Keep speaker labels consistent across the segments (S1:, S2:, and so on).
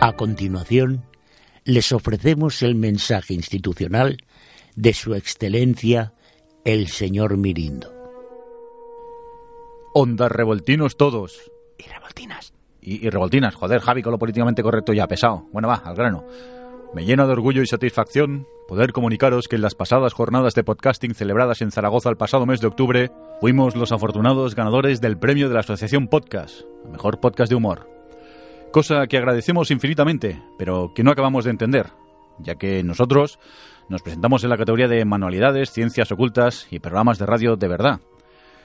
S1: A continuación, les ofrecemos el mensaje institucional de Su Excelencia el Señor Mirindo.
S2: Ondas revoltinos todos.
S3: Y revoltinas.
S2: Y, y revoltinas, joder, Javi, con lo políticamente correcto ya pesado. Bueno, va, al grano. Me llena de orgullo y satisfacción poder comunicaros que en las pasadas jornadas de podcasting celebradas en Zaragoza el pasado mes de octubre, fuimos los afortunados ganadores del premio de la Asociación Podcast, el mejor podcast de humor cosa que agradecemos infinitamente, pero que no acabamos de entender, ya que nosotros nos presentamos en la categoría de manualidades, ciencias ocultas y programas de radio de verdad.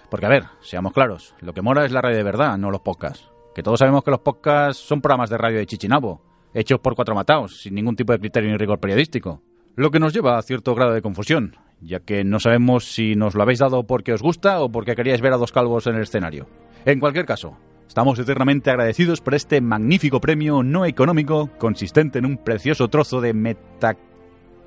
S2: Porque, a ver, seamos claros, lo que mora es la radio de verdad, no los podcasts. Que todos sabemos que los podcasts son programas de radio de Chichinabo, hechos por cuatro mataos, sin ningún tipo de criterio ni rigor periodístico. Lo que nos lleva a cierto grado de confusión, ya que no sabemos si nos lo habéis dado porque os gusta o porque queríais ver a dos calvos en el escenario. En cualquier caso, Estamos eternamente agradecidos por este magnífico premio no económico consistente en un precioso trozo de meta...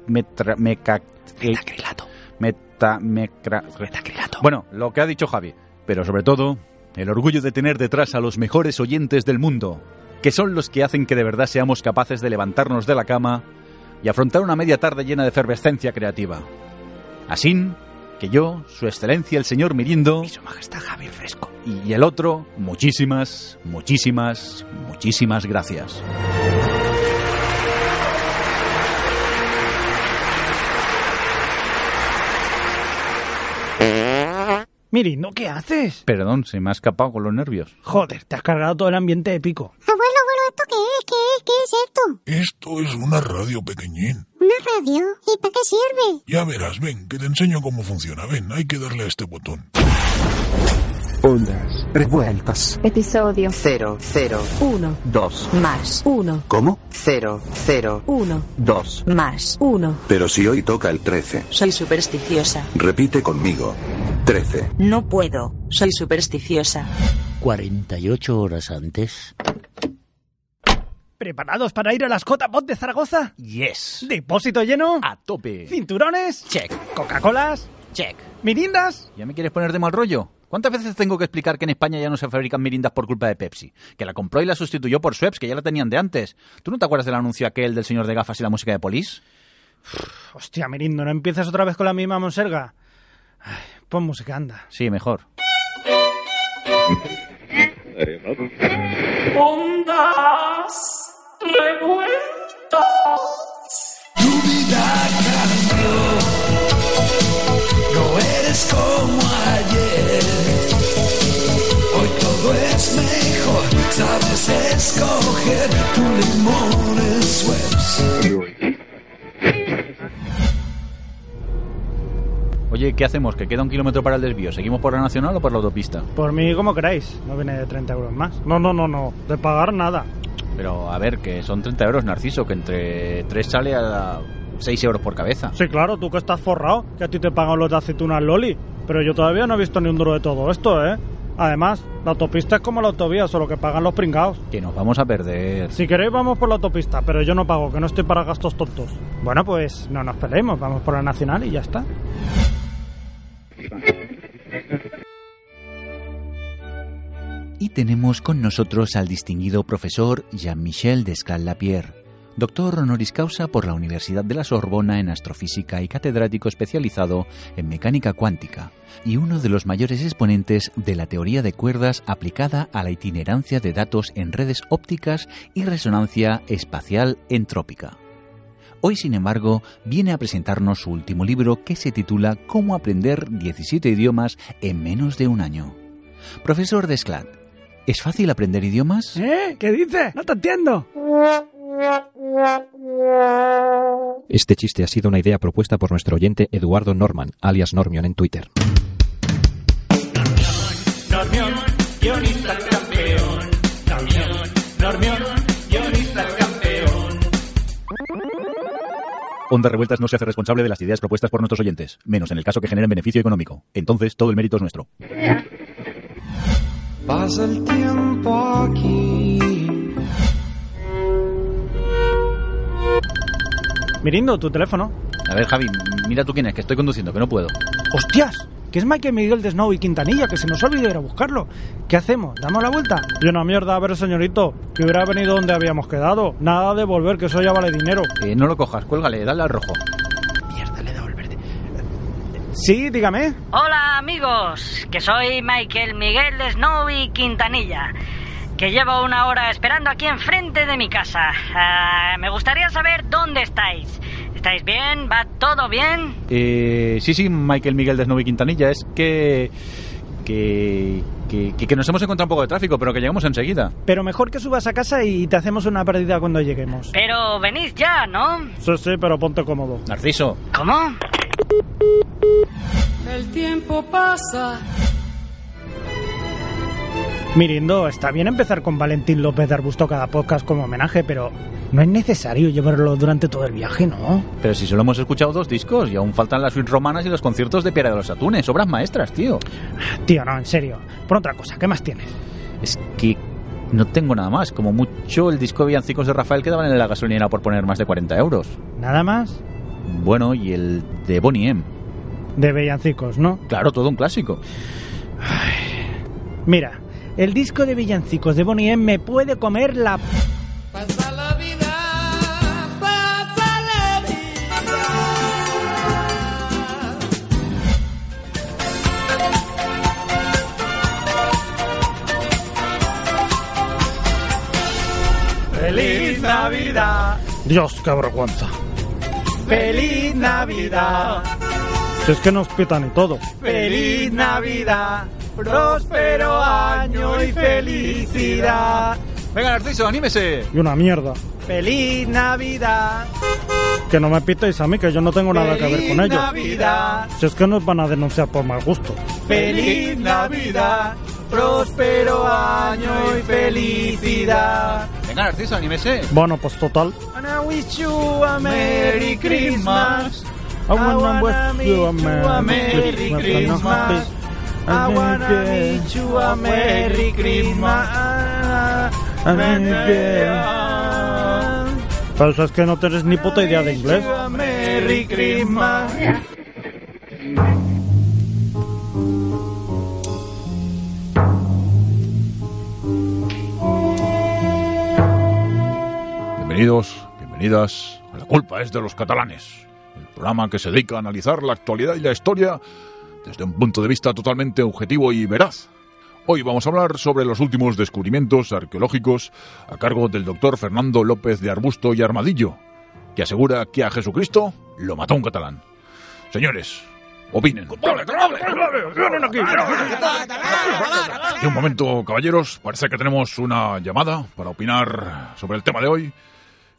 S2: Metra, meca,
S3: metacrilato.
S2: Meta, mecra,
S3: metacrilato.
S2: Bueno, lo que ha dicho Javi, pero sobre todo el orgullo de tener detrás a los mejores oyentes del mundo, que son los que hacen que de verdad seamos capaces de levantarnos de la cama y afrontar una media tarde llena de efervescencia creativa. Así que yo, Su Excelencia el Señor Mirindo...
S3: Y Su Majestad Javier Fresco
S2: y el otro, muchísimas, muchísimas, muchísimas gracias.
S4: Mirindo, ¿qué haces?
S2: Perdón, se me ha escapado con los nervios.
S4: Joder, te has cargado todo el ambiente épico.
S5: Abuelo, abuelo, ¿esto qué es? ¿Qué es? ¿Qué es esto?
S6: Esto es una radio pequeñín.
S5: ¿Una radio? ¿Y para qué sirve?
S6: Ya verás, ven, que te enseño cómo funciona. Ven, hay que darle a este botón.
S7: Ondas revueltas.
S8: Episodio
S7: 0, 0,
S8: 1,
S7: 2,
S8: más 1.
S7: ¿Cómo?
S8: 0,
S7: 0,
S8: 1,
S7: 2,
S8: más 1.
S7: Pero si hoy toca el 13.
S8: Soy supersticiosa.
S7: Repite conmigo. 13.
S8: No puedo. Soy supersticiosa.
S1: 48 horas antes,
S4: ¿Preparados para ir a las J-Bot de Zaragoza?
S2: Yes.
S4: ¿Depósito lleno?
S2: A tope.
S4: ¿Cinturones?
S2: Ah. Check.
S4: ¿Coca-Colas?
S2: Check.
S4: ¿Mirindas?
S2: ¿Ya me quieres poner de mal rollo? ¿Cuántas veces tengo que explicar que en España ya no se fabrican mirindas por culpa de Pepsi? Que la compró y la sustituyó por Schweppes, que ya la tenían de antes. ¿Tú no te acuerdas del anuncio aquel del señor de gafas y la música de Polis?
S4: Hostia, Mirindo, ¿no empiezas otra vez con la misma monserga? Ay, pon música, anda.
S2: Sí, mejor.
S9: Ondas revueltas.
S10: Tu vida cambió. No eres como ayer. Hoy todo es mejor. Sabes escoger tu limón es
S2: Oye, ¿qué hacemos? ¿Que queda un kilómetro para el desvío? ¿Seguimos por la nacional o por la autopista?
S4: Por mí, como queráis. No viene de 30 euros más. No, no, no, no. De pagar nada.
S2: Pero a ver, que son 30 euros, Narciso, que entre 3 sale a 6 euros por cabeza.
S4: Sí, claro, tú que estás forrado, que a ti te pagan los de aceitunas Loli. Pero yo todavía no he visto ni un duro de todo esto, ¿eh? Además, la autopista es como la autovía, solo que pagan los pringados.
S2: Que nos vamos a perder.
S4: Si queréis, vamos por la autopista, pero yo no pago, que no estoy para gastos tontos. Bueno, pues no nos peleemos, vamos por la nacional y ya está.
S1: Y tenemos con nosotros al distinguido profesor Jean-Michel Descal-Lapierre, doctor honoris causa por la Universidad de la Sorbona en astrofísica y catedrático especializado en mecánica cuántica, y uno de los mayores exponentes de la teoría de cuerdas aplicada a la itinerancia de datos en redes ópticas y resonancia espacial entrópica. Hoy, sin embargo, viene a presentarnos su último libro que se titula Cómo aprender 17 idiomas en menos de un año. Profesor Desclat, ¿Es fácil aprender idiomas?
S4: ¿Eh? ¿Qué dices? No te entiendo.
S11: Este chiste ha sido una idea propuesta por nuestro oyente Eduardo Norman, alias Normion en Twitter.
S10: Normión, guionista campeón. Normión, Normión, guionista campeón.
S2: Onda Revueltas no se hace responsable de las ideas propuestas por nuestros oyentes, menos en el caso que generen beneficio económico. Entonces, todo el mérito es nuestro.
S10: Pasa el tiempo aquí.
S4: Mirindo, tu teléfono.
S2: A ver, Javi, mira tú quién es, que estoy conduciendo, que no puedo.
S4: ¡Hostias! Que es Michael Miguel de Snow y Quintanilla, que se nos ha olvidado ir a buscarlo. ¿Qué hacemos? ¿Damos la vuelta? Y una mierda, a ver, señorito, que hubiera venido donde habíamos quedado. Nada de volver, que eso ya vale dinero.
S2: Eh, no lo cojas, cuélgale, dale al rojo.
S4: Sí, dígame.
S12: Hola amigos, que soy Michael Miguel de Snow y Quintanilla, que llevo una hora esperando aquí enfrente de mi casa. Ah, me gustaría saber dónde estáis. ¿Estáis bien? ¿Va todo bien?
S2: Eh, sí, sí, Michael Miguel de Snow y Quintanilla, es que que, que, que- que nos hemos encontrado un poco de tráfico, pero que llegamos enseguida.
S4: Pero mejor que subas a casa y te hacemos una pérdida cuando
S13: Eh.
S4: lleguemos.
S12: Pero venís ya, ¿no?
S4: Sí, sí, pero ponte cómodo.
S2: Narciso.
S12: ¿Cómo?
S9: El tiempo pasa.
S4: Mirindo, está bien empezar con Valentín López de Arbusto cada podcast como homenaje, pero no es necesario llevarlo durante todo el viaje, ¿no?
S2: Pero si solo hemos escuchado dos discos y aún faltan las suites romanas y los conciertos de Piedra de los Atunes, obras maestras, tío.
S4: Tío, no, en serio. Por otra cosa, ¿qué más tienes?
S2: Es que no tengo nada más, como mucho el disco de villancicos de Rafael que daban en la gasolinera por poner más de 40 euros.
S4: ¿Nada más?
S2: Bueno, y el de Bonnie M.
S4: De villancicos, ¿no?
S2: Claro, todo un clásico.
S4: Mira, el disco de villancicos de Bonnie M me puede comer la... p-
S9: Pasa la vida. Pasa la vida.
S10: Feliz Navidad.
S4: Dios, qué vergüenza.
S10: Feliz Navidad.
S4: Si es que nos pitan y todo.
S10: Feliz Navidad. Próspero año y felicidad.
S2: Venga, Narciso, anímese.
S4: Y una mierda.
S10: Feliz Navidad.
S4: Que no me pitéis a mí, que yo no tengo nada que ver con
S10: Feliz
S4: ello.
S10: Navidad.
S4: Si es que nos van a denunciar por mal gusto.
S10: Feliz Navidad, próspero año y felicidad.
S2: Venga, Narciso, anímese.
S4: Bueno, pues total.
S10: And I wish you a Merry Christmas.
S4: I wanna wish you a
S10: Merry Christmas. I wanna meet you a Merry Christmas.
S4: Pero si es que no tienes ni puta idea de inglés.
S10: A Merry Christmas.
S14: Bienvenidos, bienvenidas a La culpa es de los catalanes, el programa que se dedica a analizar la actualidad y la historia desde un punto de vista totalmente objetivo y veraz. Hoy vamos a hablar sobre los últimos descubrimientos arqueológicos a cargo del doctor Fernando López de Arbusto y Armadillo, que asegura que a Jesucristo lo mató un catalán. Señores, opinen. Y un momento, caballeros, parece que tenemos una llamada para opinar sobre el tema de hoy,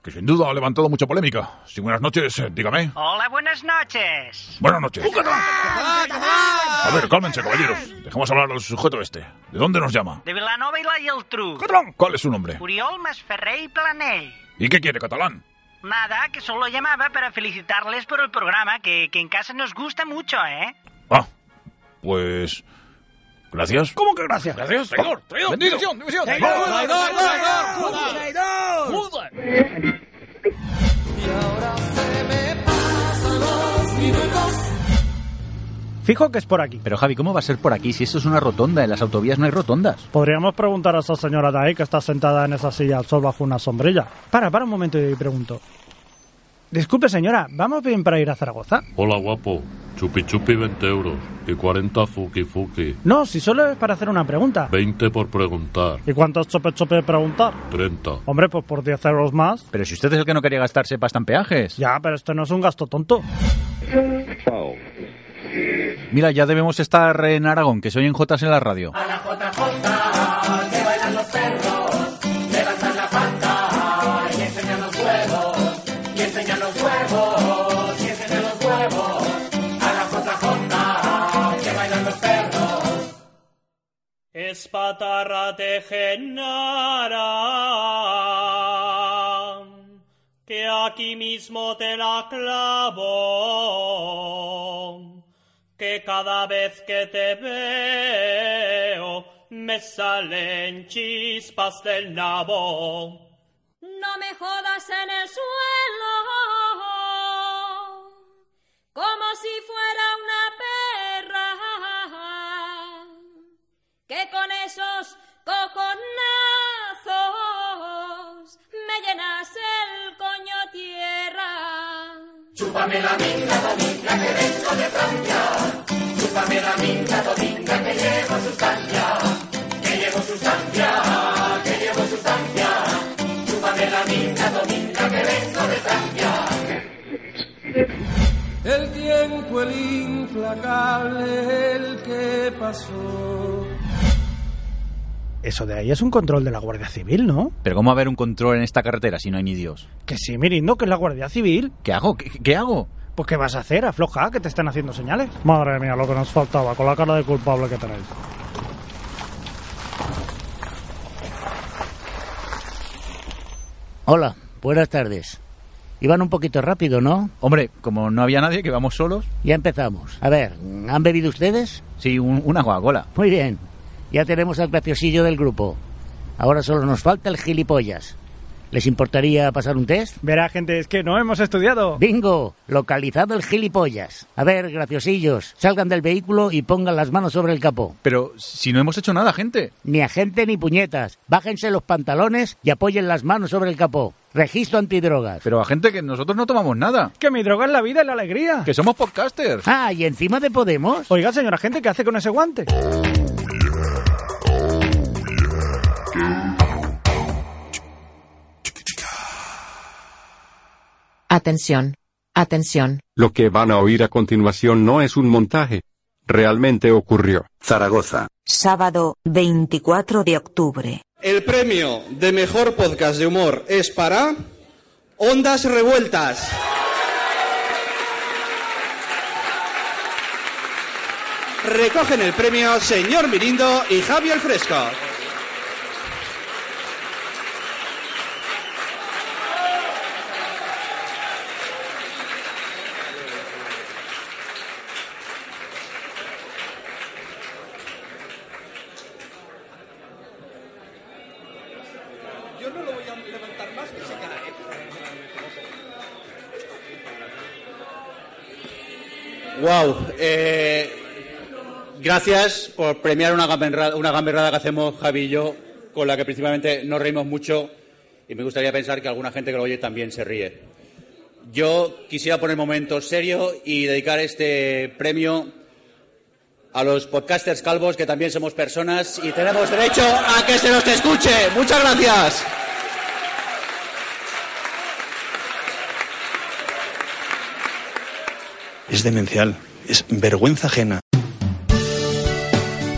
S14: que sin duda ha levantado mucha polémica. Sí, buenas noches, eh, dígame.
S12: Hola, buenas noches.
S14: Buenas noches. A ver, cálmense, caballeros. Dejemos hablar al sujeto este. ¿De dónde nos llama?
S12: De Vilanova i la Geltrú.
S14: ¿Cuál es su nombre?
S12: Oriol Masferrer y Planell.
S14: ¿Y qué quiere, catalán?
S12: Nada, que solo llamaba para felicitarles por el programa, que, que en casa nos gusta mucho, ¿eh?
S14: Ah, Pues... Gracias.
S4: ¿Cómo que gracias?
S14: Gracias, traidor, traidor.
S10: Vendido.
S14: División, división.
S10: Traidor, traidor,
S14: traidor,
S4: Fijo que es por aquí.
S2: Pero Javi, ¿cómo va a ser por aquí si esto es una rotonda? En las autovías no hay rotondas.
S4: Podríamos preguntar a esa señora de ahí que está sentada en esa silla al sol bajo una sombrilla. Para, para un momento y pregunto. Disculpe, señora, ¿vamos bien para ir a Zaragoza?
S15: Hola, guapo. Chupi chupi 20 euros y 40 fuki fuki.
S4: No, si solo es para hacer una pregunta.
S15: 20 por preguntar,
S4: ¿Y cuántos chopes chopes de preguntar?
S15: 30.
S4: Hombre, pues por 10 euros más.
S2: Pero si usted es el que no quería gastarse pasta en peajes.
S4: Ya, pero esto no es un gasto tonto.
S2: Mira, ya debemos estar en Aragón, que soy en Jotas en la radio.
S10: A la JJ se baila
S16: catarra te genara, que aquí mismo te la clavo, que cada vez que te veo me salen chispas del nabo.
S17: No me jodas en el suelo, como si fuera una perra, que con esos coconazos me llenas el coño tierra.
S18: Chúpame la minga, dominga, que vengo de Francia. Chúpame la minga, dominga, que llevo sustancia. Que llevo sustancia, que llevo sustancia. Chúpame la minga, dominga, que vengo de Francia.
S19: El tiempo, el implacable, el que pasó.
S4: Eso de ahí es un control de la Guardia Civil, ¿no?
S2: Pero ¿cómo va a haber un control en esta carretera si no hay ni Dios?
S4: Que sí, Mirindo, que es la Guardia Civil.
S2: ¿Qué hago? ¿Qué, qué hago?
S4: Pues ¿qué vas a hacer? Afloja, que te están haciendo señales. Madre mía, lo que nos faltaba, con la cara de culpable que tenéis.
S20: Hola, buenas tardes. Iban un poquito rápido, ¿no?
S2: Hombre, como no había nadie, que vamos solos.
S20: Ya empezamos. A ver, ¿han bebido ustedes?
S2: Sí, un- una Coca-Cola.
S20: Muy bien. Ya tenemos al graciosillo del grupo. Ahora solo nos falta el gilipollas. ¿Les importaría pasar un test?
S4: Verá, gente, es que no hemos estudiado.
S20: Bingo, localizado el gilipollas. A ver, graciosillos, salgan del vehículo y pongan las manos sobre el capó.
S2: Pero si no hemos hecho nada, gente.
S20: Ni agente ni puñetas. Bájense los pantalones y apoyen las manos sobre el capó. Registro antidrogas.
S2: Pero a gente que nosotros no tomamos nada.
S4: Que mi droga es la vida y la alegría.
S2: Que somos podcasters.
S20: Ah, y encima de Podemos.
S4: Oiga, señora gente, ¿qué hace con ese guante?
S21: Atención. Atención.
S22: Lo que van a oír a continuación no es un montaje. Realmente ocurrió.
S23: Zaragoza.
S24: Sábado 24 de octubre.
S13: El premio de mejor podcast de humor es para Ondas Revueltas. Recogen el premio señor Mirindo y Javier Fresco. Yo no lo voy a levantar más que se Wow, eh, gracias por premiar una gamberrada, una gamberrada que hacemos Javi y yo, con la que principalmente nos reímos mucho y me gustaría pensar que alguna gente que lo oye también se ríe. Yo quisiera poner momentos serio y dedicar este premio a los podcasters calvos que también somos personas y tenemos derecho a que se nos escuche. Muchas gracias.
S25: Es demencial, es vergüenza ajena.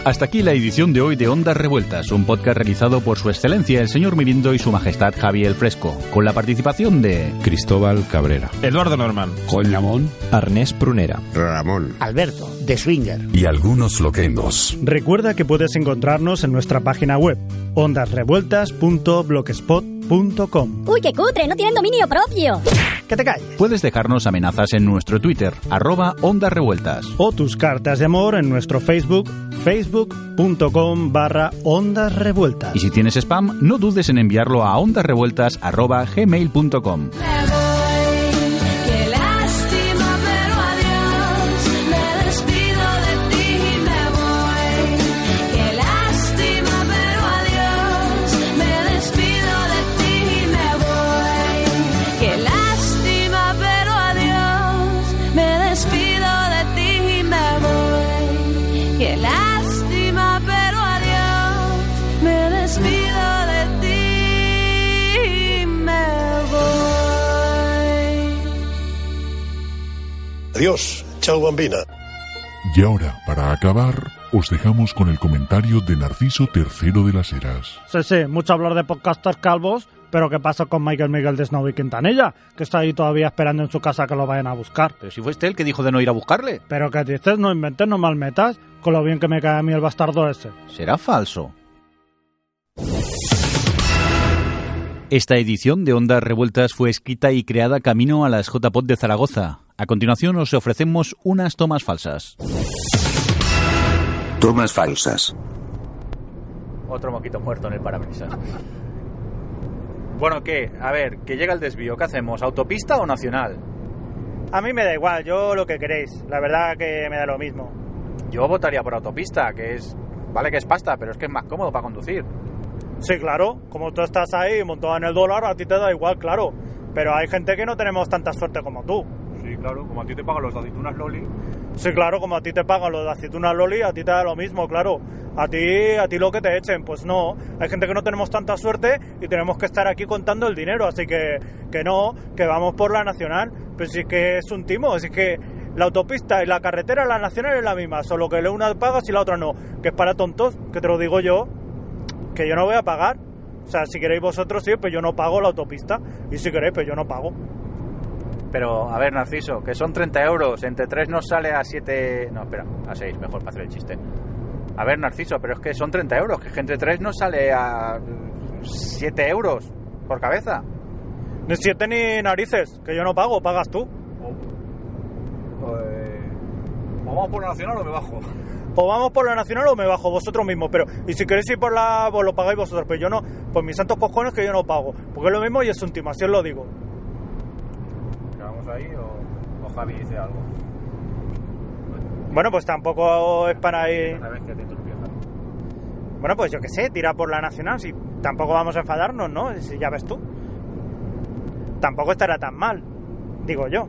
S2: Hasta aquí la edición de hoy de Ondas Revueltas, un podcast realizado por Su Excelencia el señor Mirindo y Su Majestad Javier el Fresco, con la participación de
S26: Cristóbal Cabrera.
S27: Eduardo Norman.
S26: Juan Ramón. Arnés Prunera.
S23: Ramón.
S20: Alberto, de Swinger.
S23: Y algunos loquendos.
S4: Recuerda que puedes encontrarnos en nuestra página web ondasrevueltas.blogspot.com.
S28: Uy, qué cutre, no tienen dominio propio.
S4: Que te calles.
S2: Puedes dejarnos amenazas en nuestro Twitter, arroba Ondas Revueltas.
S4: O tus cartas de amor en nuestro Facebook, facebook.com barra ondas revueltas.
S2: Y si tienes spam, no dudes en enviarlo a ondasrevueltas.gmail.com.
S17: Qué lástima, pero adiós. Me despido de ti y me voy. Qué lástima, pero adiós. Me despido de ti y me voy. Qué lástima, pero adiós. Me despido de ti y me voy. Qué lástima, pero adiós. Me despido de ti y me voy.
S25: Adiós, chao bambina.
S15: Y ahora, para acabar, os dejamos con el comentario de Narciso III de las Heras.
S4: Sí, sí, mucho hablar de podcasters calvos, pero ¿qué pasa con Michael Miguel de Snowy Quintanilla? Que está ahí todavía esperando en su casa que lo vayan a buscar.
S2: Pero si fuiste él que dijo de no ir a buscarle.
S4: Pero que dices, no inventes, no malmetas, con lo bien que me cae a mí el bastardo ese.
S2: Será falso.
S29: Esta edición de Ondas Revueltas fue escrita y creada camino a las JPOD de Zaragoza. A continuación os ofrecemos unas tomas falsas.
S30: Tomas falsas.
S2: Otro moquito muerto en el parabrisas. bueno, ¿qué? A ver, que llega el desvío. ¿Qué hacemos? ¿Autopista o nacional?
S4: A mí me da igual, yo lo que queréis. La verdad que me da lo mismo.
S2: Yo votaría por autopista, que es... Vale que es pasta, pero es que es más cómodo para conducir.
S4: Sí, claro, como tú estás ahí montado en el dólar, a ti te da igual, claro. Pero hay gente que no tenemos tanta suerte como tú.
S2: Sí, claro, como a ti te pagan los de aceitunas Loli.
S4: Sí, claro, como a ti te pagan los de aceitunas Loli, a ti te da lo mismo, claro. A ti, a ti lo que te echen, pues no. Hay gente que no tenemos tanta suerte y tenemos que estar aquí contando el dinero, así que, que no, que vamos por la nacional. Pero sí que es un timo, así que la autopista y la carretera, la nacional es la misma, solo que la una pagas y la otra no. Que es para tontos, que te lo digo yo que yo no voy a pagar. O sea, si queréis vosotros, sí, pues yo no pago la autopista. Y si queréis, pues yo no pago.
S2: Pero, a ver, Narciso, que son 30 euros. Entre 3 nos sale a 7... No, espera, a 6, mejor para hacer el chiste. A ver, Narciso, pero es que son 30 euros. Que entre 3 nos sale a 7 euros por cabeza.
S4: Ni 7 ni narices, que yo no pago, pagas tú.
S2: O, eh, ¿o ¿Vamos por la nacional o me bajo?
S4: o vamos por la nacional o me bajo vosotros mismos. Pero, y si queréis ir por la, vos lo pagáis vosotros, pero yo no, pues mis santos cojones que yo no pago. Porque es lo mismo y es última, así os lo digo.
S2: ¿Acabamos ahí o, o, Javi dice algo?
S4: Bueno, pues tampoco es para ir.
S2: Que te
S4: bueno, pues yo qué sé, tira por la nacional, si tampoco vamos a enfadarnos, ¿no? Si ya ves tú. Tampoco estará tan mal, digo yo.